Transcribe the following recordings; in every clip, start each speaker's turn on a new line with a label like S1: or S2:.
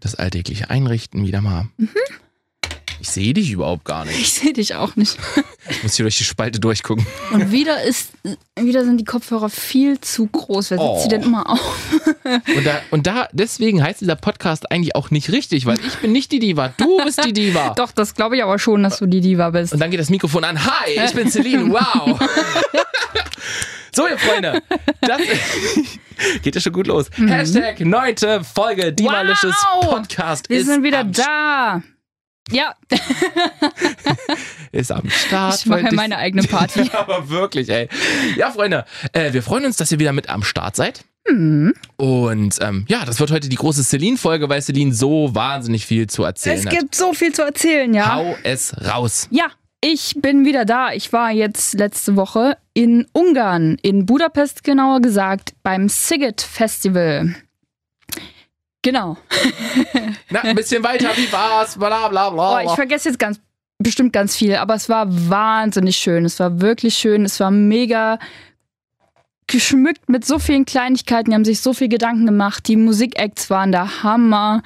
S1: das alltägliche Einrichten wieder mal. Ich sehe dich überhaupt gar nicht.
S2: Ich sehe dich auch nicht.
S1: Ich muss hier durch die Spalte durchgucken.
S2: Und wieder ist, wieder sind die Kopfhörer viel zu groß. Wer setzt
S1: Oh.
S2: sie denn immer auf?
S1: Und da, und da, deswegen heißt dieser Podcast eigentlich auch nicht richtig, weil ich bin nicht die Diva, du bist die Diva.
S2: Doch, das glaube ich aber schon, dass du die Diva bist.
S1: Und dann geht das Mikrofon an. Hi, ich bin Celine. Wow. so, ihr Freunde. Das geht ja schon gut los. Hashtag neunte Folge Divalicious
S2: Wow.
S1: Podcast
S2: Wir
S1: ist,
S2: sind wieder
S1: am,
S2: da. Ja,
S1: ist am Start.
S2: ich mache
S1: wollte
S2: meine eigene Party.
S1: Aber wirklich, ey. Ja, Freunde, äh, wir freuen uns, dass ihr wieder mit am Start seid.
S2: Mhm.
S1: Und ähm, ja, das wird heute die große Celine-Folge, weil Celine so wahnsinnig viel zu erzählen
S2: Es
S1: hat.
S2: gibt so viel zu erzählen, ja.
S1: Hau es raus.
S2: Ja, ich bin wieder da. Ich war jetzt letzte Woche in Ungarn, in Budapest genauer gesagt, beim Siget Festival. Genau.
S1: Na, ein bisschen weiter, wie war's? Bla bla bla.
S2: Oh, ich vergesse jetzt ganz bestimmt ganz viel, aber es war wahnsinnig schön. Es war wirklich schön. Es war mega geschmückt mit so vielen Kleinigkeiten. Die haben sich so viel Gedanken gemacht. Die Musikacts waren der Hammer.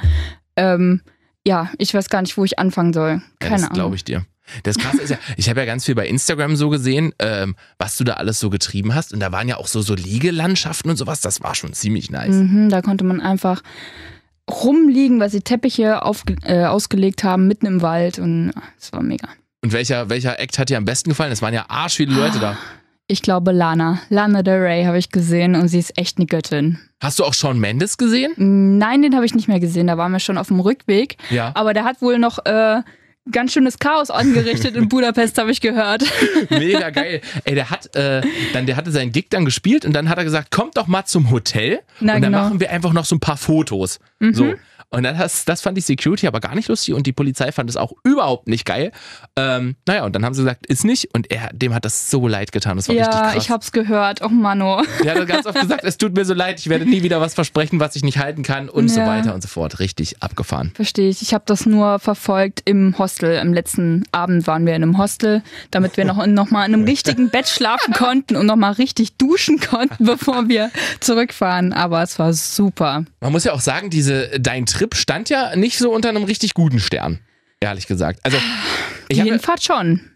S2: Ähm, ja, ich weiß gar nicht, wo ich anfangen soll.
S1: Ja,
S2: Keine
S1: das
S2: Ahnung.
S1: glaube ich dir. Das Krasse ist ja, ich habe ja ganz viel bei Instagram so gesehen, ähm, was du da alles so getrieben hast. Und da waren ja auch so, so Liegelandschaften und sowas. Das war schon ziemlich nice.
S2: Mhm, da konnte man einfach rumliegen, weil sie Teppiche auf, äh, ausgelegt haben, mitten im Wald. Und ah, es war mega.
S1: Und welcher, welcher Act hat dir am besten gefallen? Es waren ja arsch viele Leute da.
S2: Ich glaube, Lana. Lana Del Rey habe ich gesehen und sie ist echt eine Göttin.
S1: Hast du auch Shawn Mendes gesehen?
S2: Mm, Nein, den habe ich nicht mehr gesehen. Da waren wir schon auf dem Rückweg.
S1: Ja.
S2: Aber der hat wohl noch äh, ganz schönes Chaos angerichtet in Budapest, habe ich gehört.
S1: Mega geil. Ey, der hat äh, dann, der hatte seinen Gig dann gespielt und dann hat er gesagt, kommt doch mal zum Hotel
S2: Na,
S1: und dann
S2: genau. Mhm.
S1: machen wir einfach noch so ein paar Fotos. So. Und dann das, das fand die Security aber gar nicht lustig und die Polizei fand es auch überhaupt nicht geil. Ähm, naja, und dann haben sie gesagt, ist nicht. Und er, dem hat das so leid getan. Das war richtig
S2: ja,
S1: krass.
S2: ich hab's gehört. Oh Mano.
S1: der hat ganz oft gesagt, es tut mir so leid, ich werde nie wieder was versprechen, was ich nicht halten kann und so
S2: Ja.
S1: weiter und so fort. Richtig abgefahren.
S2: Verstehe ich. Ich habe das nur verfolgt im Hostel. Am letzten Abend waren wir in einem Hostel, damit wir noch, noch mal in einem richtigen Bett schlafen konnten und noch mal richtig duschen konnten, bevor wir zurückfahren. Aber es war super.
S1: Man muss ja auch sagen, diese, dein Trip stand ja nicht so unter einem richtig guten Stern. Ehrlich gesagt. Also,
S2: Die
S1: ich habe
S2: Hinfahrt schon.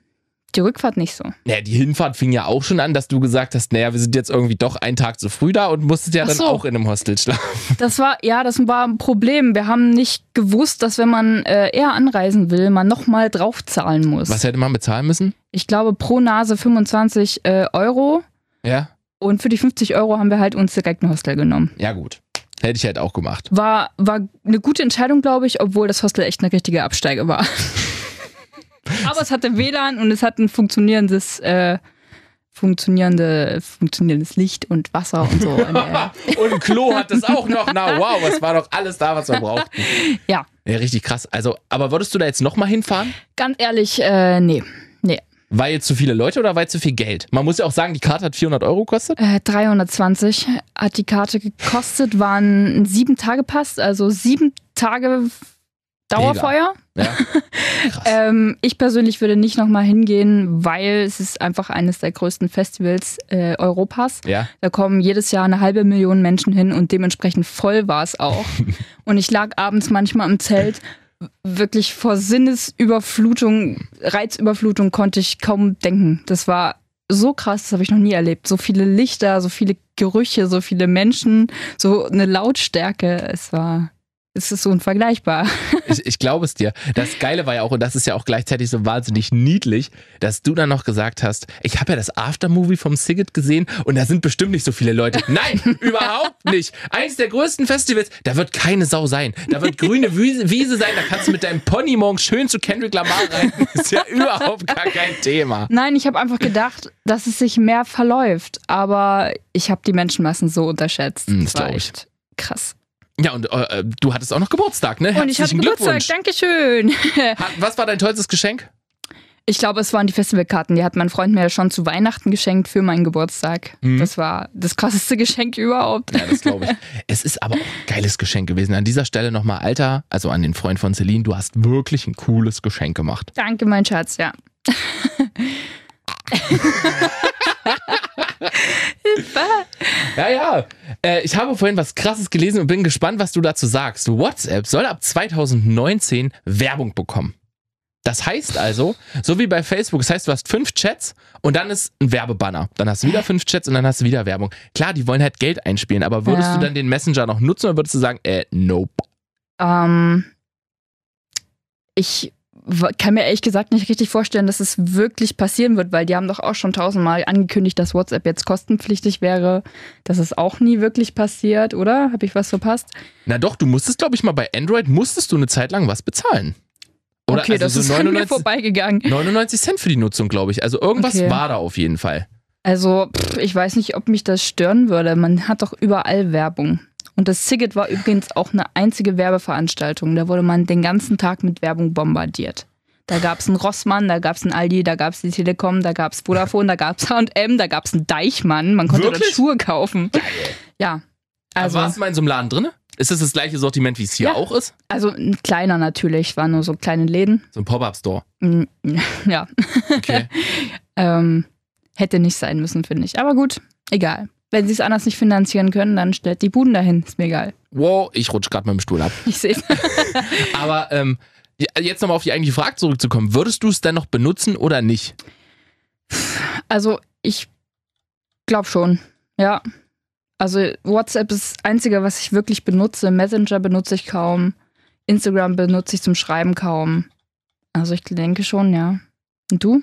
S2: Die Rückfahrt nicht so.
S1: Naja, die Hinfahrt fing ja auch schon an, dass du gesagt hast, naja, wir sind jetzt irgendwie doch einen Tag zu früh da und musstest ja
S2: Ach
S1: dann
S2: so.
S1: auch in einem Hostel schlafen.
S2: Das war, ja, das war ein Problem. Wir haben nicht gewusst, dass wenn man äh, eher anreisen will, man noch mal draufzahlen muss.
S1: Was hätte man bezahlen müssen?
S2: Ich glaube, pro Nase 25 äh, Euro.
S1: Ja?
S2: Und für die 50 Euro haben wir halt uns direkt ein Hostel genommen.
S1: Ja, gut. Hätte ich halt auch gemacht.
S2: War, war eine gute Entscheidung, glaube ich, obwohl das Hostel echt eine richtige Absteige war. Aber es hatte WLAN und es hat ein funktionierendes, äh, funktionierende, funktionierendes Licht und Wasser und so. in der-
S1: Ah, Und ein Klo hat es auch noch. Na wow, es war doch alles da, was wir brauchten.
S2: ja,
S1: Ja, richtig krass. Also, aber würdest du da jetzt nochmal hinfahren?
S2: ganz ehrlich, äh, nee. Nee.
S1: Weil zu viele Leute oder weil zu viel Geld? Man muss ja auch sagen, die Karte hat 400 Euro gekostet.
S2: Äh, 320 hat die Karte gekostet, waren ein sieben Tage Pass, also sieben Tage Dauerfeuer.
S1: Ja. Krass.
S2: Ähm, ich persönlich würde nicht nochmal hingehen, weil es ist einfach eines der größten Festivals äh, Europas.
S1: ja.
S2: Da kommen jedes Jahr eine halbe Million Menschen hin und dementsprechend voll war es auch. und ich lag abends manchmal im Zelt. Wirklich vor Sinnesüberflutung, Reizüberflutung konnte ich kaum denken. Das war so krass, das habe ich noch nie erlebt. So viele Lichter, so viele Gerüche, so viele Menschen, so eine Lautstärke. Es war, es ist unvergleichbar.
S1: Ich, ich glaube es dir. Das Geile war ja auch, und das ist ja auch gleichzeitig so wahnsinnig niedlich, dass du dann noch gesagt hast, ich habe ja das Aftermovie vom Siget gesehen und da sind bestimmt nicht so viele Leute. Nein, überhaupt nicht. Eins der größten Festivals, da wird keine Sau sein. Da wird grüne Wiese, Wiese sein, da kannst du mit deinem Pony morgen schön zu Kendrick Lamar reiten. Ist ja überhaupt gar kein Thema.
S2: Nein, ich habe einfach gedacht, dass es sich mehr verläuft. Aber ich habe die Menschenmassen so unterschätzt.
S1: Mm, das
S2: war
S1: glaub ich.
S2: echt krass.
S1: Ja, und äh, du hattest auch noch Geburtstag, ne?
S2: Und ich hatte
S1: Herzlichen
S2: Geburtstag,
S1: Glückwunsch.
S2: Dankeschön.
S1: Ha- Was war dein tollstes Geschenk?
S2: Ich glaube, es waren die Festivalkarten. Die hat mein Freund mir schon zu Weihnachten geschenkt für meinen Geburtstag.
S1: Mhm.
S2: Das war das krasseste Geschenk überhaupt.
S1: Ja, das glaube ich. es ist aber auch ein geiles Geschenk gewesen. An dieser Stelle nochmal, Alter, also an den Freund von Celine, du hast wirklich ein cooles Geschenk gemacht.
S2: Danke, mein Schatz, ja.
S1: Ja, ja. Äh, ich habe vorhin was Krasses gelesen und bin gespannt, was du dazu sagst. WhatsApp soll ab 2019 Werbung bekommen. Das heißt also, so wie bei Facebook, das heißt, du hast fünf Chats und dann ist ein Werbebanner. Dann hast du wieder fünf Chats und dann hast du wieder Werbung. Klar, die wollen halt Geld einspielen, aber würdest
S2: Ja.
S1: du dann den Messenger noch nutzen oder würdest du sagen, äh, nope.
S2: Ähm, ich w- kann mir ehrlich gesagt nicht richtig vorstellen, dass es wirklich passieren wird, weil die haben doch auch schon tausendmal angekündigt, dass WhatsApp jetzt kostenpflichtig wäre. Das ist auch nie wirklich passiert, oder? Habe ich was verpasst?
S1: Na doch, du musstest, glaube ich, mal bei Android musstest du eine Zeit lang was bezahlen. Oder
S2: okay,
S1: also
S2: das
S1: so
S2: ist an mir
S1: 99,
S2: vorbeigegangen.
S1: 99 Cent für die Nutzung, glaube ich. Also irgendwas
S2: Okay.
S1: war da auf jeden Fall.
S2: Also, pff, ich weiß nicht, ob mich das stören würde. Man hat doch überall Werbung. Und das Siget war übrigens auch eine einzige Werbeveranstaltung. Da wurde man den ganzen Tag mit Werbung bombardiert. Da gab es einen Rossmann, da gab es einen Aldi, da gab es die Telekom, da gab es Vodafone, da gab es H&M, da gab es einen Deichmann. Man konnte
S1: Wirklich?
S2: dort Schuhe kaufen. Ja,
S1: Also,
S2: also,
S1: warst du mal in so einem Laden drin? Ist das das gleiche Sortiment, wie es hier
S2: Ja.
S1: auch ist?
S2: also ein kleiner natürlich, waren nur so kleine Läden.
S1: So ein Pop-Up-Store.
S2: Mm, Ja,
S1: Okay.
S2: ähm, hätte nicht sein müssen, finde ich. Aber gut, egal. Wenn sie es anders nicht finanzieren können, dann stellt die Buden dahin. Ist mir egal.
S1: wow, ich rutsch gerade mit dem Stuhl ab.
S2: Ich sehe
S1: Aber ähm, ja, jetzt nochmal auf die eigentliche Frage zurückzukommen. Würdest du es dann noch benutzen oder nicht?
S2: Also ich glaube schon, ja. Also WhatsApp ist das Einzige, was ich wirklich benutze. Messenger benutze ich kaum. Instagram benutze ich zum Schreiben kaum. Also ich denke schon, ja. Und du?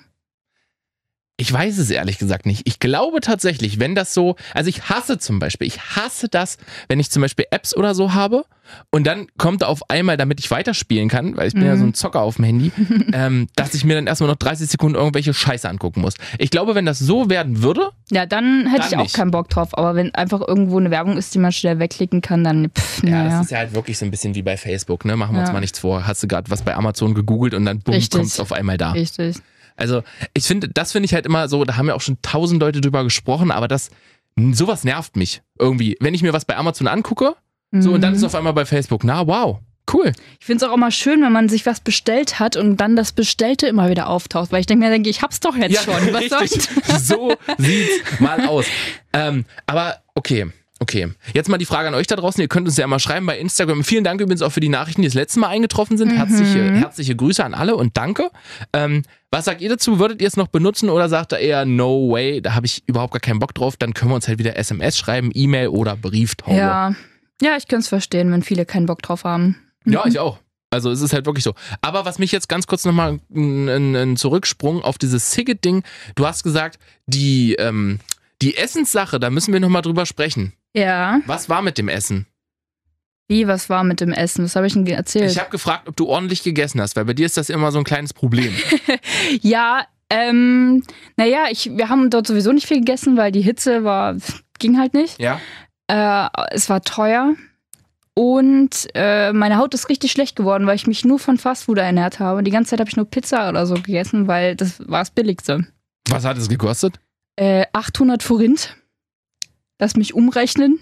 S1: Ich weiß es ehrlich gesagt nicht. Ich glaube tatsächlich, wenn das so, also ich hasse zum Beispiel, ich hasse das, wenn ich zum Beispiel Apps oder so habe und dann kommt auf einmal, damit ich weiterspielen kann, weil ich bin ja
S2: Mhm.
S1: so ein Zocker auf dem Handy, ähm, dass ich mir dann erstmal noch 30 Sekunden irgendwelche Scheiße angucken muss. Ich glaube, wenn das so werden würde,
S2: Ja, dann hätte
S1: Dann
S2: ich auch
S1: nicht.
S2: keinen Bock drauf. Aber wenn einfach irgendwo eine Werbung ist, die man schnell wegklicken kann, dann pff,
S1: Ja, das
S2: naja.
S1: ist ja halt wirklich so ein bisschen wie bei Facebook, ne? Machen wir uns
S2: Ja.
S1: mal nichts vor. Hast du gerade was bei Amazon gegoogelt und dann bumm,
S2: Richtig.
S1: kommst du auf einmal da.
S2: Richtig.
S1: Also, ich finde, das finde ich halt immer so, da haben ja auch schon tausend Leute drüber gesprochen, aber das, sowas nervt mich irgendwie. Wenn ich mir was bei Amazon angucke, so und dann ist
S2: Mhm.
S1: auf einmal bei Facebook, na wow, cool.
S2: Ich finde es auch immer schön, wenn man sich was bestellt hat und dann das Bestellte immer wieder auftaucht. Weil ich denke mir, denke, ich hab's doch jetzt schon. Was soll ich
S1: richtig. So sieht's mal aus. Ähm, aber okay. Okay, jetzt mal die Frage an euch da draußen. Ihr könnt uns ja mal schreiben bei Instagram. Vielen Dank übrigens auch für die Nachrichten, die das letzte Mal eingetroffen
S2: Mhm.
S1: sind. Herzliche, herzliche Grüße an alle und danke. Ähm, was sagt ihr dazu? Würdet ihr es noch benutzen oder sagt ihr eher no way? Da habe ich überhaupt gar keinen Bock drauf. Dann können wir uns halt wieder SMS schreiben, E-Mail oder Brieftaube.
S2: Ja, ja ich könnte es verstehen, wenn viele keinen Bock drauf haben.
S1: Ja, ich auch. Also es ist halt wirklich so. Aber was mich jetzt ganz kurz nochmal einen Zurücksprung auf dieses Sigget-Ding. Du hast gesagt, die, ähm, die Essenssache, da müssen wir nochmal drüber sprechen.
S2: Ja.
S1: Was war mit dem Essen?
S2: Wie, was war mit dem Essen? Was habe ich denn ge- erzählt?
S1: Ich habe gefragt, ob du ordentlich gegessen hast, weil bei dir ist das immer so ein kleines Problem.
S2: ja, ähm, naja, ich, wir haben dort sowieso nicht viel gegessen, weil die Hitze war, ging halt nicht.
S1: Ja?
S2: Äh, es war teuer. Und äh, meine Haut ist richtig schlecht geworden, weil ich mich nur von Fastfood ernährt habe. Die ganze Zeit habe ich nur Pizza oder so gegessen, weil das war das Billigste.
S1: Was hat es gekostet?
S2: Äh, 800 Forint. Lass mich umrechnen.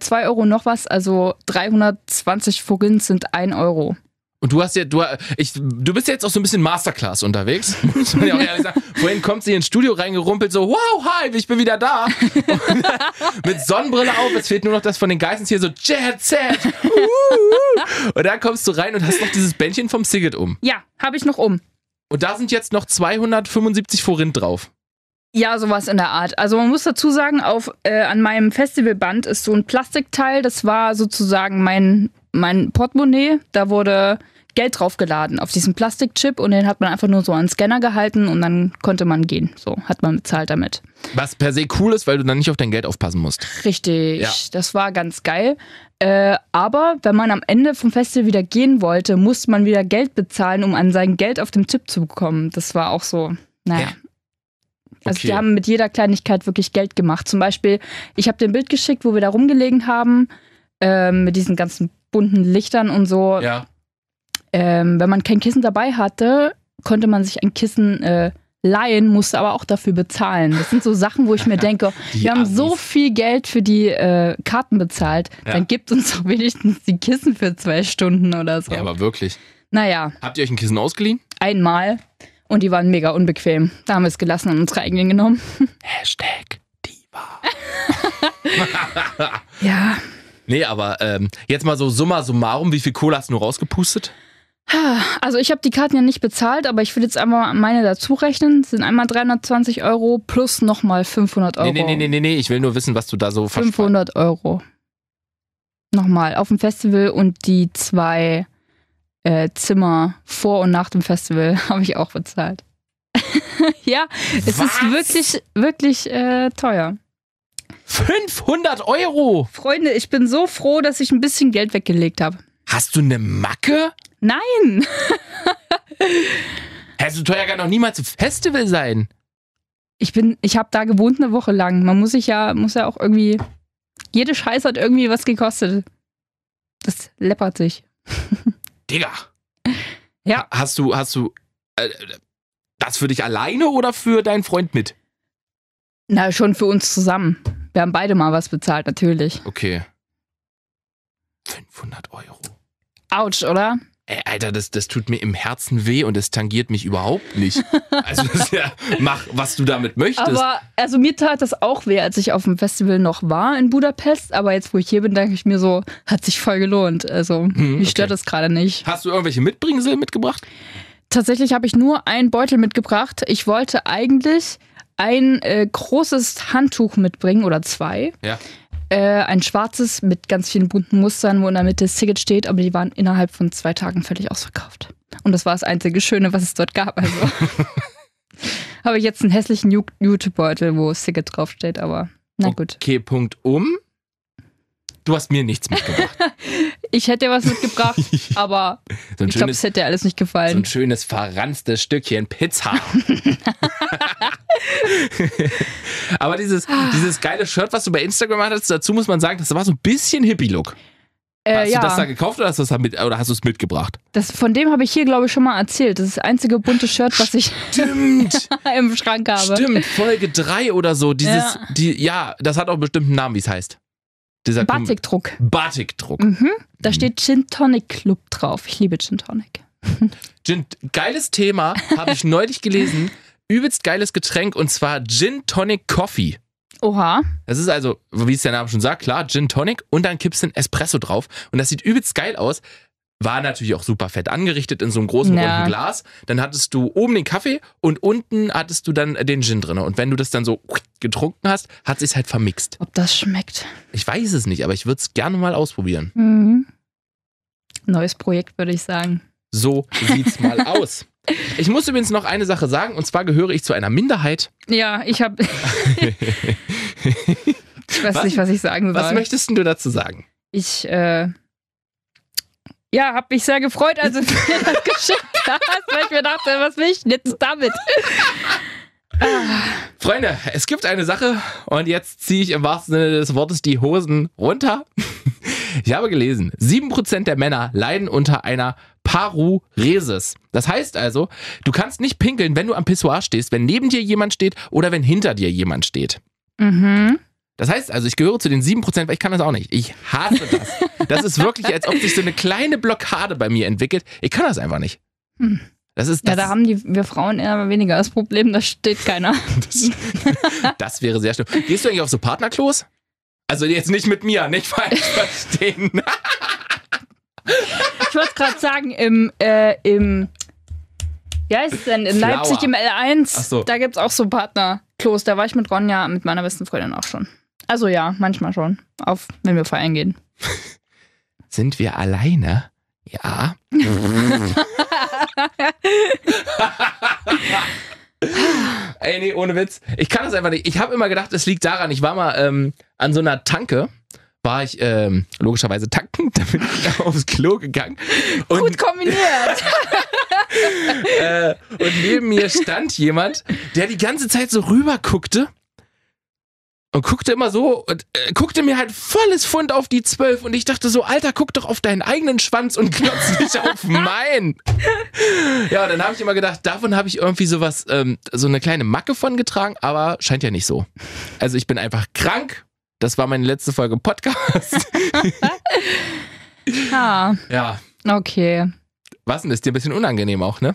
S2: 2 Euro noch was, also 320 Forint sind 1 Euro.
S1: Und du hast ja, du, ich, du bist ja jetzt auch so ein bisschen Masterclass unterwegs. Muss man ja auch ehrlich sagen. Vorhin kommt sie ins Studio reingerumpelt, so, wow, hi, ich bin wieder da. Und dann mit Sonnenbrille auf, es fehlt nur noch das von den Geissens hier so, Jet Set. Uh, uh. Und dann kommst du rein und hast noch dieses Bändchen vom Sigget um.
S2: Ja, habe ich noch um.
S1: Und da sind jetzt noch 275 Forint drauf.
S2: Ja, sowas in der Art. Also man muss dazu sagen, auf, äh, an meinem Festivalband ist so ein Plastikteil, das war sozusagen mein, mein Portemonnaie. Da wurde Geld draufgeladen auf diesen Plastikchip und den hat man einfach nur so an den Scanner gehalten und dann konnte man gehen. So hat man bezahlt damit.
S1: Was per se cool ist, weil du dann nicht auf dein Geld aufpassen musst.
S2: Richtig,
S1: Ja.
S2: das war ganz geil. Äh, aber wenn man am Ende vom Festival wieder gehen wollte, musste man wieder Geld bezahlen, um an sein Geld auf dem Chip zu bekommen. Das war auch so, naja.
S1: Ja.
S2: Also
S1: Okay.
S2: die haben mit jeder Kleinigkeit wirklich Geld gemacht. Zum Beispiel, ich habe dir ein Bild geschickt, wo wir da rumgelegen haben, ähm, mit diesen ganzen bunten Lichtern und so.
S1: Ja.
S2: Ähm, wenn man kein Kissen dabei hatte, konnte man sich ein Kissen äh, leihen, musste aber auch dafür bezahlen. Das sind so Sachen, wo ich mir denke,
S1: Die
S2: wir haben so
S1: Assis.
S2: viel Geld für die äh, Karten bezahlt,
S1: Ja.
S2: dann gibt uns doch wenigstens die Kissen für zwei Stunden oder so.
S1: Ja, aber wirklich.
S2: naja,
S1: Habt ihr euch ein Kissen ausgeliehen?
S2: einmal. Und die waren mega unbequem. Da haben wir es gelassen und unsere eigenen genommen.
S1: Hashtag die Diva.
S2: Ja.
S1: Nee, aber ähm, jetzt mal so summa summarum, wie viel Kohle hast du nur rausgepustet?
S2: Also ich habe die Karten ja nicht bezahlt, aber ich will jetzt einmal meine dazu rechnen. Das sind einmal 320 Euro plus nochmal 500 Euro.
S1: Nee, nee, nee, nee, nee, nee, ich will nur wissen, was du da so verspar-
S2: 500 Euro. Nochmal auf dem Festival und die zwei äh, Zimmer vor und nach dem Festival habe ich auch bezahlt. ja, es
S1: Was?
S2: ist wirklich, wirklich äh, teuer.
S1: 500 Euro!
S2: Freunde, ich bin so froh, dass ich ein bisschen Geld weggelegt habe.
S1: Hast du eine Macke?
S2: Nein!
S1: Hä, so teuer kann doch niemals ein Festival sein.
S2: Ich bin, ich habe da gewohnt eine Woche lang. Man muss sich ja, muss ja auch irgendwie. Jede Scheiße hat irgendwie was gekostet. Das läppert sich.
S1: Digga.
S2: Ja.
S1: Ha- Hast du, hast du, äh, das für dich alleine oder für deinen Freund mit?
S2: Na, schon für uns zusammen. Wir haben beide mal was bezahlt, natürlich.
S1: Okay. 500 Euro.
S2: Autsch, oder?
S1: Ey, Alter, das, das tut mir im Herzen weh und es tangiert mich überhaupt nicht. Also, das ist ja, mach, was du damit möchtest.
S2: Aber also mir tat das auch weh, als ich auf dem Festival noch war in Budapest. Aber jetzt, wo ich hier bin, denke ich mir so, hat sich voll gelohnt. Also
S1: Hm,
S2: mich stört
S1: okay.
S2: das gerade nicht.
S1: Hast du irgendwelche Mitbringsel mitgebracht?
S2: Tatsächlich habe ich nur einen Beutel mitgebracht. Ich wollte eigentlich ein äh, großes Handtuch mitbringen oder zwei.
S1: Ja.
S2: Äh, ein schwarzes mit ganz vielen bunten Mustern, wo in der Mitte Siget steht, aber die waren innerhalb von zwei Tagen völlig ausverkauft. Und das war das einzige Schöne, was es dort gab. Also habe ich jetzt einen hässlichen Ju- Jutebeutel, wo Siget draufsteht, aber
S1: Oh.
S2: na gut.
S1: Okay, Punkt um. Du hast mir nichts mitgebracht.
S2: Ich hätte dir was mitgebracht, aber
S1: So ein
S2: ich glaube, es
S1: schönes,
S2: hätte dir alles nicht
S1: so ein
S2: gefallen.
S1: schönes verranztes Stückchen Pizza. Aber dieses, dieses geile Shirt, was du bei Instagram hattest, dazu muss man sagen, das war so ein bisschen Hippie-Look.
S2: Äh,
S1: hast
S2: ja.
S1: du das da gekauft oder hast du es mit, oder hast du es mitgebracht?
S2: Das, von dem habe ich hier, glaube ich, schon mal erzählt. Das ist das einzige bunte Shirt, was ich
S1: Stimmt,
S2: im Schrank habe.
S1: stimmt. Folge 3 oder so. Dieses,
S2: Ja.
S1: Die, ja, das hat auch bestimmt einen Namen, wie es heißt. Dieser Kom-
S2: Batikdruck.
S1: Batik-Druck.
S2: Mhm. Da steht Gin Tonic Club drauf. Ich liebe Gin Tonic.
S1: Gin, geiles Thema, habe ich neulich gelesen. Übelst geiles Getränk und zwar Gin Tonic Coffee.
S2: Oha.
S1: Das ist also, wie es der Name schon sagt, klar, Gin Tonic und dann kippst du einen Espresso drauf. Und das sieht übelst geil aus. War natürlich auch super fett angerichtet in so einem großen
S2: Ja.
S1: runden Glas. Dann hattest du oben den Kaffee und unten hattest du dann den Gin drin. Und wenn du das dann so getrunken hast, hat sich's halt vermixt.
S2: Ob das schmeckt.
S1: Ich weiß es nicht, aber ich würde es gerne mal ausprobieren.
S2: Mhm. Neues Projekt, würde ich sagen.
S1: So sieht's mal aus. Ich muss übrigens noch eine Sache sagen, und zwar gehöre ich zu einer Minderheit.
S2: Ja, ich habe. ich weiß
S1: Was-
S2: nicht, was ich sagen
S1: Was
S2: soll.
S1: möchtest denn du dazu sagen?
S2: Ich, äh. Ja, habe mich sehr gefreut, als du mir das geschickt hast, weil ich mir dachte, was will ich denn jetzt damit?
S1: Freunde, es gibt eine Sache und jetzt ziehe ich im wahrsten Sinne des Wortes die Hosen runter. Ich habe gelesen, 7% der Männer leiden unter einer Paruresis. Das heißt also, du kannst nicht pinkeln, wenn du am Pissoir stehst, wenn neben dir jemand steht oder wenn hinter dir jemand steht.
S2: Mhm.
S1: Das heißt also, ich gehöre zu den 7%, weil ich kann das auch nicht. Ich hasse das. Das ist wirklich, als ob sich so eine kleine Blockade bei mir entwickelt. Ich kann das einfach nicht.
S2: Hm.
S1: Das ist,
S2: Ja,
S1: das,
S2: da haben die, wir Frauen eher weniger das Problem, da steht keiner.
S1: Das, das wäre sehr schlimm. Gehst du eigentlich auf so Partnerklos? Also jetzt nicht mit mir, nicht falsch verstehen.
S2: Ich wollte gerade sagen, im, äh, im, wie heißt es denn, in
S1: Flower.
S2: Leipzig im L1,
S1: Ach so.
S2: da gibt es auch so Partnerklos. Da war ich mit Ronja, mit meiner besten Freundin auch schon. Also ja, manchmal schon, auf, wenn wir feiern gehen.
S1: Sind wir alleine? Ja. Ey, nee, ohne Witz. Ich kann das einfach nicht. Ich habe immer gedacht, es liegt daran. Ich war mal ähm, an so einer Tanke, war ich ähm, logischerweise tanken, da bin ich aufs Klo gegangen. Und
S2: Gut kombiniert.
S1: äh, und neben mir stand jemand, der die ganze Zeit so rüber guckte und guckte immer so und äh, guckte mir halt volles Fund auf die Zwölf und ich dachte so, Alter, guck doch auf deinen eigenen Schwanz und glotz nicht auf meinen. Ja, und dann habe ich immer gedacht, davon habe ich irgendwie sowas, ähm, so eine kleine Macke von getragen, aber scheint ja nicht so. Also ich bin einfach krank. Das war meine letzte Folge Podcast.
S2: ja,
S1: Ja.
S2: okay.
S1: Was denn? Ist dir ein bisschen unangenehm auch, ne?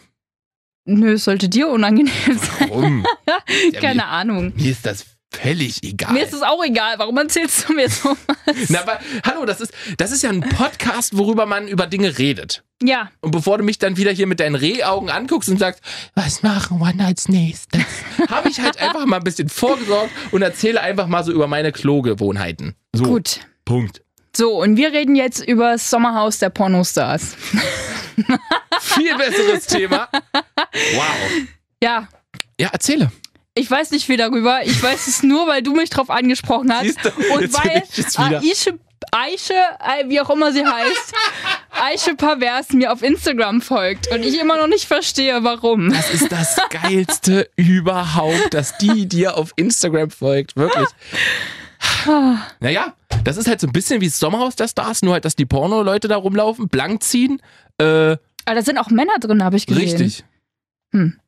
S2: Nö, es sollte dir unangenehm sein.
S1: Warum? Ja, Ah,
S2: Keine Ahnung.
S1: Mir ist das völlig egal.
S2: Mir ist es auch egal, warum erzählst du mir so was?
S1: Na, aber, hallo, das ist, das ist ja ein Podcast, worüber man über Dinge redet.
S2: Ja,
S1: Und bevor du mich dann wieder hier mit deinen Rehaugen anguckst und sagst, was machen wir als nächstes, habe ich halt einfach mal ein bisschen vorgesorgt und erzähle einfach mal so über meine Klogewohnheiten. So,
S2: gut.
S1: Punkt.
S2: So, und wir reden jetzt über das Sommerhaus der Pornostars.
S1: Viel besseres Thema. Wow.
S2: Ja,
S1: Ja, erzähle.
S2: ich weiß nicht viel darüber. Ich weiß es nur, weil du mich drauf angesprochen hast.
S1: Siehst du,
S2: und
S1: jetzt bin
S2: weil
S1: ich jetzt wieder-
S2: Aische, Aische, äh, wie auch immer sie heißt, Aische Pervers mir auf Instagram folgt und ich immer noch nicht verstehe, warum.
S1: Das ist das Geilste überhaupt, dass die dir auf Instagram folgt. Wirklich.
S2: Ah,
S1: Naja, das ist halt so ein bisschen wie das Sommerhaus der Stars, nur halt, dass die Porno-Leute da rumlaufen, blank ziehen. Äh,
S2: Aber da sind auch Männer drin, habe ich gesehen.
S1: richtig. Äh,
S2: Hm.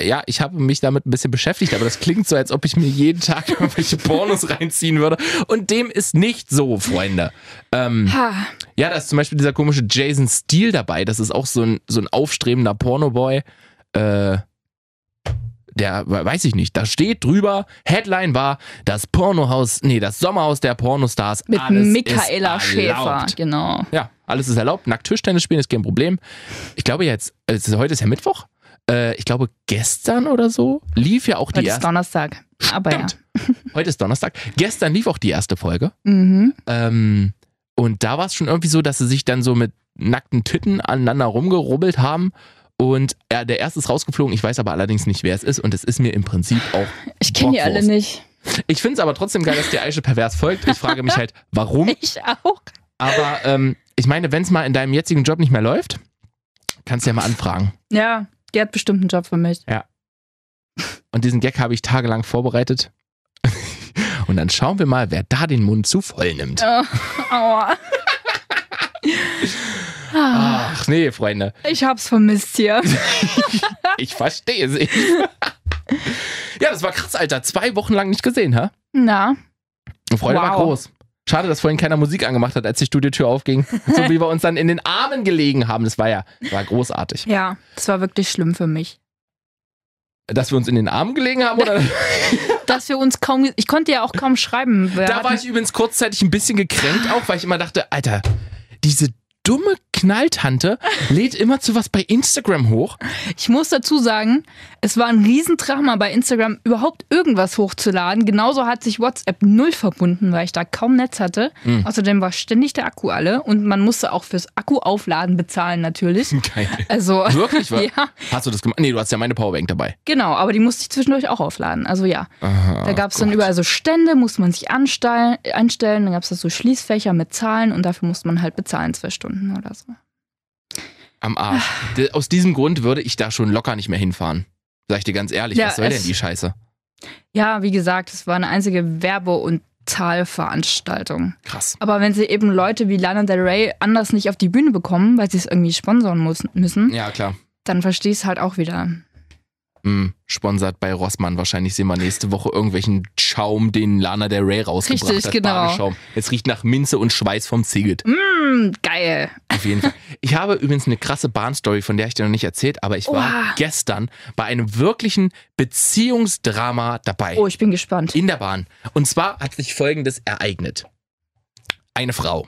S1: Ja, ich habe mich damit ein bisschen beschäftigt, aber das klingt so, als ob ich mir jeden Tag irgendwelche Pornos reinziehen würde. Und dem ist nicht so, Freunde. Ähm,
S2: Ha.
S1: ja, da ist zum Beispiel dieser komische Jason Steele dabei. Das ist auch so ein, so ein aufstrebender Pornoboy. Äh, der, we- weiß ich nicht, da steht drüber, Headline war das Pornohaus, nee, das Sommerhaus der Pornostars.
S2: Mit
S1: Alles
S2: Michaela
S1: ist
S2: Schäfer,
S1: erlaubt.
S2: genau.
S1: Ja, alles ist erlaubt. Nackt Tischtennis spielen ist kein Problem. Ich glaube jetzt, es ist, heute ist ja Mittwoch. Äh, ich glaube, gestern oder so lief ja auch die
S2: Heute ist
S1: erste.
S2: Donnerstag. Aber ja.
S1: Heute ist Donnerstag. Gestern lief auch die erste Folge.
S2: Mhm.
S1: Ähm, und da war es schon irgendwie so, dass sie sich dann so mit nackten Titten aneinander rumgerubbelt haben. Und äh, der erste ist rausgeflogen. Ich weiß aber allerdings nicht, wer es ist. Und es ist mir im Prinzip auch.
S2: Ich kenne die alle
S1: Bockwurst.
S2: nicht.
S1: Ich finde es aber trotzdem geil, dass die Aische pervers folgt. Ich frage mich halt, warum.
S2: Ich auch.
S1: Aber ähm, ich meine, wenn es mal in deinem jetzigen Job nicht mehr läuft, kannst du ja mal anfragen.
S2: Ja, die hat bestimmt einen Job für mich.
S1: Und diesen Gag habe ich tagelang vorbereitet. Und dann schauen wir mal, wer da den Mund zu voll nimmt.
S2: Oh, aua. Ah,
S1: Ach nee, Freunde,
S2: ich hab's vermisst hier.
S1: ich verstehe sie. Ja, das war krass, Alter. Zwei Wochen lang nicht gesehen, ha?
S2: Na,
S1: Freude war
S2: Wow.
S1: groß. Schade, dass vorhin keiner Musik angemacht hat, als die Studiotür aufging. So wie wir uns dann in den Armen gelegen haben. Das war ja war großartig.
S2: ja, das war wirklich schlimm für mich.
S1: Dass wir uns in den Armen gelegen haben, oder?
S2: Dass wir uns kaum, ich konnte ja auch kaum schreiben. Wir
S1: Da war
S2: hatten-
S1: ich übrigens kurzzeitig ein bisschen gekränkt auch, weil ich immer dachte, Alter, diese dumme Knalltante lädt immer zu was bei Instagram hoch.
S2: ich muss dazu sagen, es war ein Riesendrama bei Instagram, überhaupt irgendwas hochzuladen. Genauso hat sich WhatsApp null verbunden, weil ich da kaum Netz hatte.
S1: Hm.
S2: Außerdem war ständig der Akku alle und man musste auch fürs Akku aufladen bezahlen natürlich.
S1: Geil.
S2: Also
S1: Wirklich, was?
S2: ja,
S1: Hast du das gemacht? Nee, du hast ja meine Powerbank dabei.
S2: genau, aber die musste ich zwischendurch auch aufladen. Also ja.
S1: Aha,
S2: Da gab es dann überall so Stände, musste man sich anstellen, einstellen. Dann gab es da so Schließfächer mit Zahlen und dafür musste man halt bezahlen, zwei Stunden oder so.
S1: Am Arsch. D- Aus diesem Grund würde ich da schon locker nicht mehr hinfahren. Sag ich dir ganz ehrlich,
S2: Ja,
S1: was soll
S2: es-
S1: denn die Scheiße?
S2: Ja, wie gesagt, es war eine einzige Werbe- und Zahlveranstaltung.
S1: Krass.
S2: Aber wenn sie eben Leute wie Lana Del Rey anders nicht auf die Bühne bekommen, weil sie es irgendwie sponsoren muss, müssen,
S1: Ja, klar.
S2: dann verstehe ich es halt auch wieder.
S1: Hm, sponsert bei Rossmann. Wahrscheinlich sehen wir nächste Woche irgendwelchen Schaum, den Lana Del Rey rausgebracht
S2: Richtig,
S1: hat.
S2: genau.
S1: Badeschaum. Es riecht nach Minze und Schweiß vom Ziegelt.
S2: Mmm, geil.
S1: Auf jeden Fall. Ich habe übrigens eine krasse Bahnstory, von der ich dir noch nicht erzählt, aber ich war
S2: Oha.
S1: gestern bei einem wirklichen Beziehungsdrama dabei.
S2: Oh, ich bin gespannt.
S1: In der Bahn. Und zwar hat sich Folgendes ereignet. Eine Frau.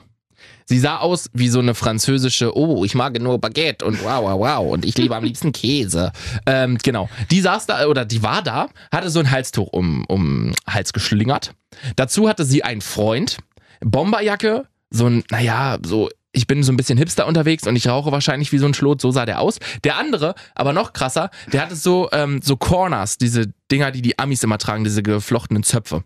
S1: Sie sah aus wie so eine französische, oh, ich mag nur Baguette und wow, wow, wow und ich liebe am liebsten Käse. Ähm, genau. Die saß da, oder die war da, hatte so ein Halstuch um, um den Hals geschlingert. Dazu hatte sie einen Freund, Bomberjacke, so ein, naja, so, ich bin so ein bisschen hipster unterwegs und ich rauche wahrscheinlich wie so ein Schlot, so sah der aus. Der andere, aber noch krasser, der hatte so, ähm, so Corners, diese Dinger, die die Amis immer tragen, diese geflochtenen Zöpfe.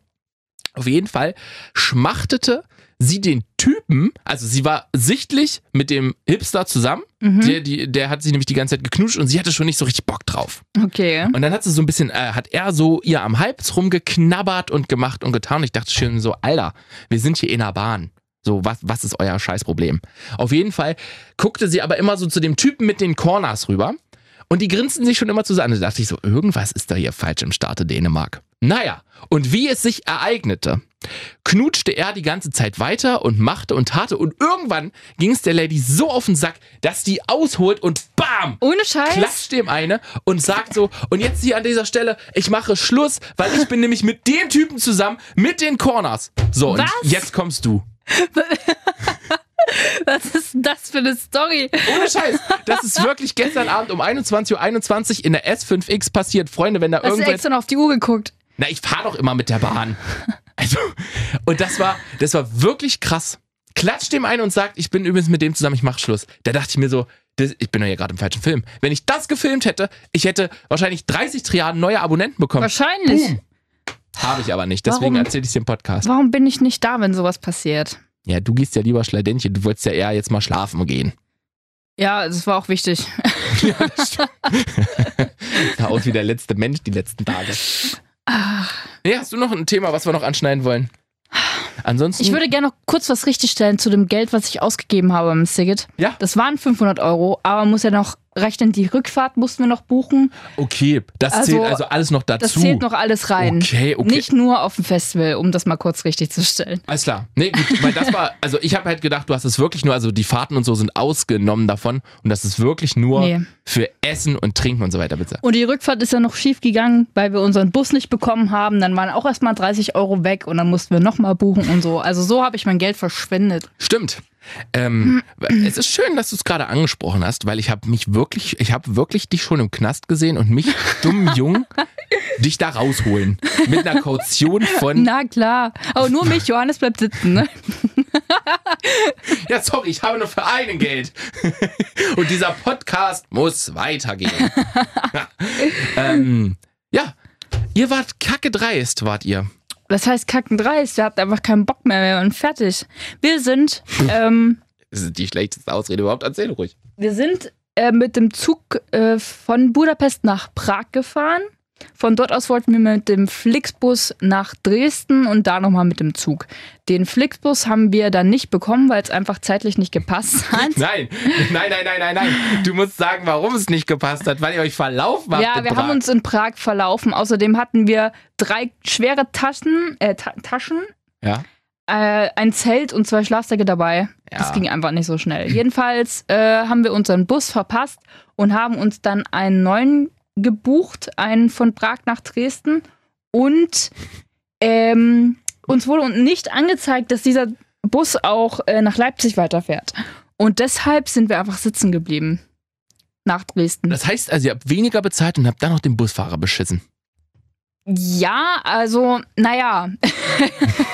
S1: Auf jeden Fall schmachtete sie den Typen, also sie war sichtlich mit dem Hipster zusammen,
S2: Mhm.
S1: der, die, der hat sie nämlich die ganze Zeit geknutscht und sie hatte schon nicht so richtig Bock drauf.
S2: Okay.
S1: Und dann hat sie so ein bisschen, äh, hat er so ihr am Hals rumgeknabbert und gemacht und getan. Und ich dachte schon so, Alter, wir sind hier in der Bahn. So, was, was ist euer Scheißproblem? Auf jeden Fall guckte sie aber immer so zu dem Typen mit den Corners rüber. Und die grinsten sich schon immer zusammen. Da dachte ich so, irgendwas ist da hier falsch im Staate Dänemark. Naja, und wie es sich ereignete, knutschte er die ganze Zeit weiter und machte und tat und irgendwann ging es der Lady so auf den Sack, dass die ausholt und BAM!
S2: Ohne Scheiß.
S1: klatscht dem eine und sagt so, und jetzt hier an dieser Stelle, ich mache Schluss, weil ich bin nämlich mit dem Typen zusammen, mit den Corners. So, und
S2: Was?
S1: jetzt kommst du.
S2: Was ist denn das für eine Story?
S1: Ohne Scheiß. Das ist wirklich gestern Abend um 21.21 Uhr in der S5X passiert. Freunde, wenn da
S2: Hast du
S1: irgendwer...
S2: extra noch auf die Uhr geguckt?
S1: Na, ich fahre doch immer mit der Bahn. Also, und das war, das war wirklich krass. Klatscht dem einen und sagt, ich bin übrigens mit dem zusammen, ich mach Schluss. Da dachte ich mir so, das, ich bin doch hier gerade im falschen Film. Wenn ich das gefilmt hätte, ich hätte wahrscheinlich 30 Triaden neue Abonnenten bekommen.
S2: Wahrscheinlich.
S1: Habe ich aber nicht. Deswegen
S2: Warum?
S1: erzähle ich es im Podcast.
S2: Warum bin ich nicht da, wenn sowas passiert?
S1: Ja, du gehst ja lieber Schleidentchen. Du wolltest ja eher jetzt mal schlafen gehen.
S2: Ja, das war auch wichtig.
S1: Ja, das stimmt. Sah aus wie der letzte Mensch die letzten Tage.
S2: Ah.
S1: Nee, hast du noch ein Thema, was wir noch anschneiden wollen? Ansonsten.
S2: Ich würde gerne noch kurz was richtigstellen zu dem Geld, was ich ausgegeben habe im Siget.
S1: Ja.
S2: Das waren 500 Euro, aber muss ja noch rechnen, die Rückfahrt mussten wir noch buchen.
S1: Okay, das
S2: Also,
S1: zählt also alles noch dazu.
S2: Das zählt noch alles rein.
S1: Okay, okay.
S2: Nicht nur auf dem Festival, um das mal kurz richtig zu stellen.
S1: Alles klar. Nee, gut, weil das war, also ich habe halt gedacht, du hast es wirklich nur, also die Fahrten und so sind ausgenommen davon und das ist wirklich nur
S2: Nee.
S1: für Essen und Trinken und so weiter, bitte.
S2: Und die Rückfahrt ist ja noch schief gegangen, weil wir unseren Bus nicht bekommen haben. Dann waren auch erstmal 30 Euro weg und dann mussten wir nochmal buchen und so. Also so habe ich mein Geld verschwendet.
S1: Stimmt. Ähm, es ist schön, dass du es gerade angesprochen hast, weil ich habe mich wirklich, ich habe wirklich dich schon im Knast gesehen und mich, dumm Jung, dich da rausholen. Mit einer Kaution von.
S2: Na klar. Aber nur mich, Johannes bleibt sitzen. Ne?
S1: Ja, sorry, ich habe nur für einen Geld. und dieser Podcast muss weitergehen. ähm, ja, ihr wart kacke dreist, wart ihr.
S2: Das heißt kackendreist. Wir hatten einfach keinen Bock mehr und fertig. Wir sind, ähm,
S1: Das ist die schlechteste Ausrede überhaupt. Erzähl ruhig.
S2: wir sind äh, mit dem Zug äh, von Budapest nach Prag gefahren. Von dort aus wollten wir mit dem Flixbus nach Dresden und da nochmal mit dem Zug. Den Flixbus haben wir dann nicht bekommen, weil es einfach zeitlich nicht gepasst hat.
S1: Nein, nein, nein, nein, nein, nein. Du musst sagen, warum es nicht gepasst hat, weil ihr euch verlaufen habt.
S2: Ja,
S1: in
S2: wir haben
S1: Prag.
S2: uns in Prag verlaufen. Außerdem hatten wir drei schwere Taschen, äh, Ta Taschen
S1: Ja.
S2: äh, ein Zelt und zwei Schlafsäcke dabei.
S1: Ja.
S2: Das ging einfach nicht so schnell. Jedenfalls äh, haben wir unseren Bus verpasst und haben uns dann einen neuen gebucht, einen von Prag nach Dresden. Und ähm, uns wurde nicht angezeigt, dass dieser Bus auch äh, nach Leipzig weiterfährt. Und deshalb sind wir einfach sitzen geblieben. Nach Dresden.
S1: Das heißt also, ihr habt weniger bezahlt und habt dann noch den Busfahrer beschissen.
S2: Ja, also, naja.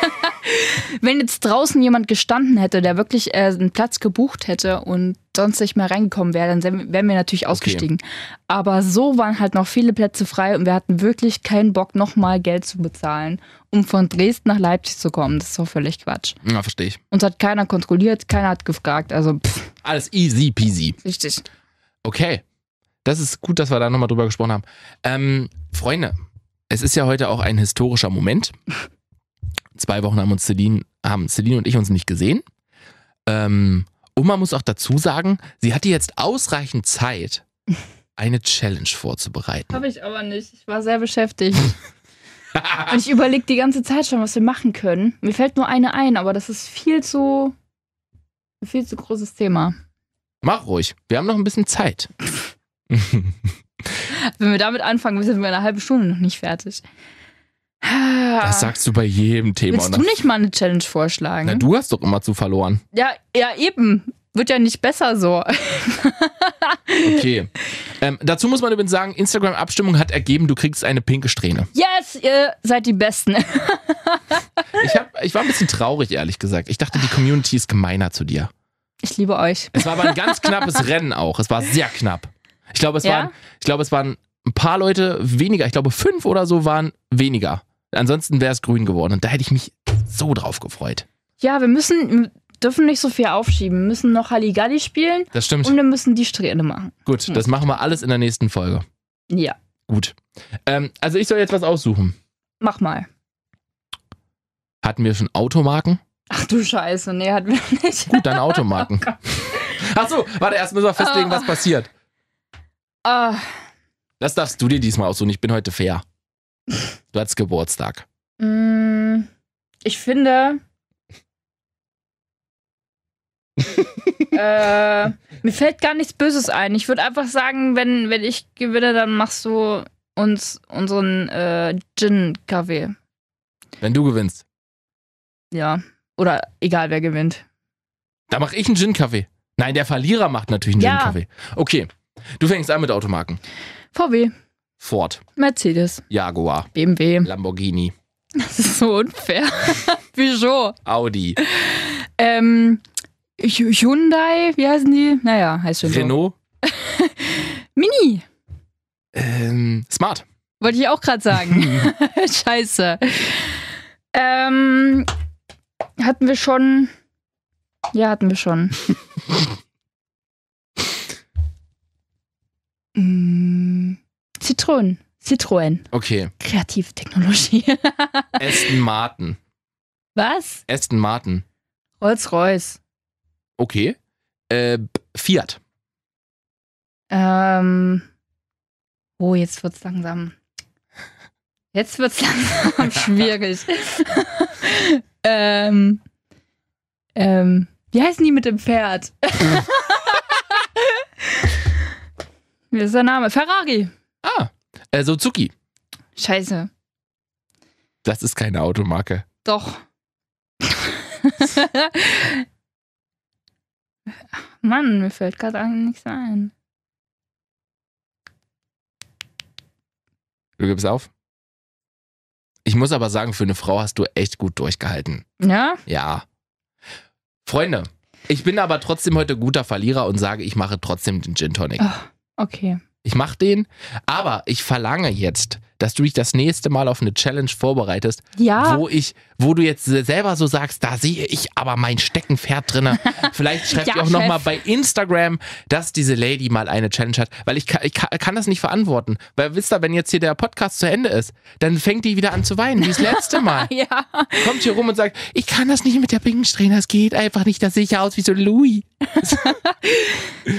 S2: Wenn jetzt draußen jemand gestanden hätte, der wirklich äh, einen Platz gebucht hätte und sonst nicht mehr reingekommen wäre, dann sen- wären wir natürlich ausgestiegen. Aber so waren halt noch viele Plätze frei und wir hatten wirklich keinen Bock, nochmal Geld zu bezahlen, um von Dresden nach Leipzig zu kommen. Das ist doch völlig Quatsch.
S1: Ja, verstehe ich.
S2: Uns hat keiner kontrolliert, keiner hat gefragt. Also, pff,
S1: Alles easy peasy.
S2: richtig.
S1: Okay. Das ist gut, dass wir da nochmal drüber gesprochen haben. Ähm, Freunde, es ist ja heute auch ein historischer Moment. Zwei Wochen haben uns Celine, haben Celine und ich uns nicht gesehen. Ähm, und man muss auch dazu sagen, sie hatte jetzt ausreichend Zeit, eine Challenge vorzubereiten.
S2: Habe ich aber nicht. Ich war sehr beschäftigt. Und ich überlege die ganze Zeit schon, was wir machen können. Mir fällt nur eine ein, aber das ist viel zu. ein viel zu großes Thema.
S1: Mach ruhig, wir haben noch ein bisschen Zeit.
S2: Wenn wir damit anfangen, sind wir in einer halben Stunde noch nicht fertig.
S1: Das sagst du bei jedem Thema.
S2: Ah. Willst du nicht mal eine Challenge vorschlagen?
S1: Na, du hast doch immer zu verloren.
S2: ja, ja, eben. Wird ja nicht besser so.
S1: Okay. ähm, dazu muss man übrigens sagen, Instagram-Abstimmung hat ergeben, du kriegst eine pinke Strähne.
S2: Yes, ihr seid die Besten.
S1: Ich, hab, ich war ein bisschen traurig, ehrlich gesagt. Ich dachte, die Community ist gemeiner zu dir.
S2: Ich liebe euch.
S1: Es war aber ein ganz knappes Rennen auch. Es war sehr knapp. Ich glaube, es,
S2: Ja?
S1: waren, ich glaube, es waren ein paar Leute weniger. Ich glaube, fünf oder so waren weniger. Ansonsten wäre es grün geworden. Und da hätte ich mich so drauf gefreut.
S2: Ja, wir müssen, wir dürfen nicht so viel aufschieben. Wir müssen noch Halligalli spielen
S1: Das stimmt.
S2: und wir müssen die Strähne machen.
S1: Gut, das machen wir alles in der nächsten Folge.
S2: Ja,
S1: Gut. Ähm, also ich soll jetzt was aussuchen.
S2: mach mal.
S1: Hatten wir schon Automarken?
S2: Ach du Scheiße, nee, hatten wir nicht.
S1: Gut, dann Automarken. Achso, warte, erst müssen wir festlegen, was passiert.
S2: Ah,
S1: Das darfst du dir diesmal aussuchen. Ich bin heute fair. Du hattest Geburtstag.
S2: Mm, Ich finde. äh, mir fällt gar nichts Böses ein. Ich würde einfach sagen, wenn, wenn ich gewinne, dann machst du uns unseren äh, Gin-Kaffee.
S1: Wenn du gewinnst,
S2: Ja. Oder egal wer gewinnt.
S1: da mache ich einen Gin-Kaffee. Nein, der Verlierer macht natürlich einen
S2: Ja.
S1: Gin-Kaffee. Okay. Du fängst an mit Automarken.
S2: VW,
S1: Ford,
S2: Mercedes,
S1: Jaguar,
S2: BMW.
S1: Lamborghini,
S2: Das ist so unfair. Peugeot.
S1: Audi,
S2: Ähm, Hyundai, wie heißen die? Naja, heißt schon so.
S1: Renault,
S2: Mini,
S1: ähm, Smart.
S2: wollte ich auch gerade sagen. Scheiße. Ähm, hatten wir schon. Ja, hatten wir schon. Mm, Zitronen. Citroën.
S1: Okay.
S2: Kreative Technologie.
S1: Aston Martin.
S2: Was?
S1: Aston Martin.
S2: Rolls-Royce.
S1: Okay. Äh, Fiat.
S2: Ähm. Oh, jetzt wird's langsam. Jetzt wird's langsam schwierig. ähm. Ähm. Wie heißen die mit dem Pferd? Wie ist der Name? Ferrari.
S1: Ah, äh, Suzuki.
S2: Scheiße.
S1: Das ist keine Automarke.
S2: Doch. Mann, mir fällt gerade nichts ein.
S1: Du gibst auf? Ich muss aber sagen, für eine Frau hast du echt gut durchgehalten.
S2: Ja?
S1: Ja. Freunde, ich bin aber trotzdem heute guter Verlierer und sage, ich mache trotzdem den Gin Tonic.
S2: Ah, Okay.
S1: Ich mache den, aber ich verlange jetzt, dass du dich das nächste Mal auf eine Challenge vorbereitest,
S2: Ja.
S1: wo ich, wo du jetzt selber so sagst, da sehe ich aber mein Steckenpferd drinne. Vielleicht schreibt
S2: Ja,
S1: ihr auch nochmal
S2: Chef.
S1: bei Instagram, dass diese Lady mal eine Challenge hat, weil ich kann, ich kann, kann das nicht verantworten. Weil wisst ihr, wenn jetzt hier der Podcast zu Ende ist, dann fängt die wieder an zu weinen, wie das letzte Mal.
S2: Ja.
S1: Kommt hier rum und sagt, ich kann das nicht mit der Bingsträhne, das geht einfach nicht, das sehe ich ja aus wie so Louis.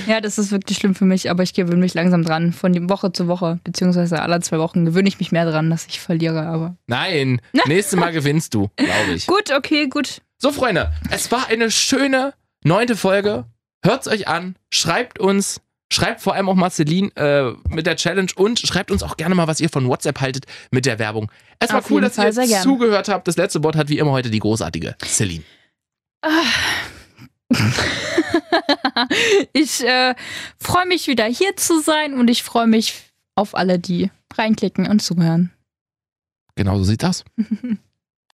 S2: Ja, das ist wirklich schlimm für mich, aber ich gewöhne mich langsam dran. Von die- Woche zu Woche, beziehungsweise alle zwei Wochen gewöhne ich mich mehr dran, dass ich verliere, aber.
S1: Nein, nächstes Mal gewinnst du, glaube ich.
S2: Gut, okay, gut.
S1: So, Freunde, es war eine schöne neunte Folge. Hört's euch an, schreibt uns, schreibt vor allem auch Marceline äh, mit der Challenge und schreibt uns auch gerne mal, was ihr von WhatsApp haltet mit der Werbung. Es war
S2: Auf
S1: cool,
S2: jeden
S1: dass
S2: Fall, sehr
S1: ihr
S2: gerne.
S1: zugehört habt. Das letzte Wort hat wie immer heute die großartige Celine.
S2: Ich äh, freue mich wieder hier zu sein und ich freue mich auf alle, die reinklicken und zuhören.
S1: Genau so sieht's aus.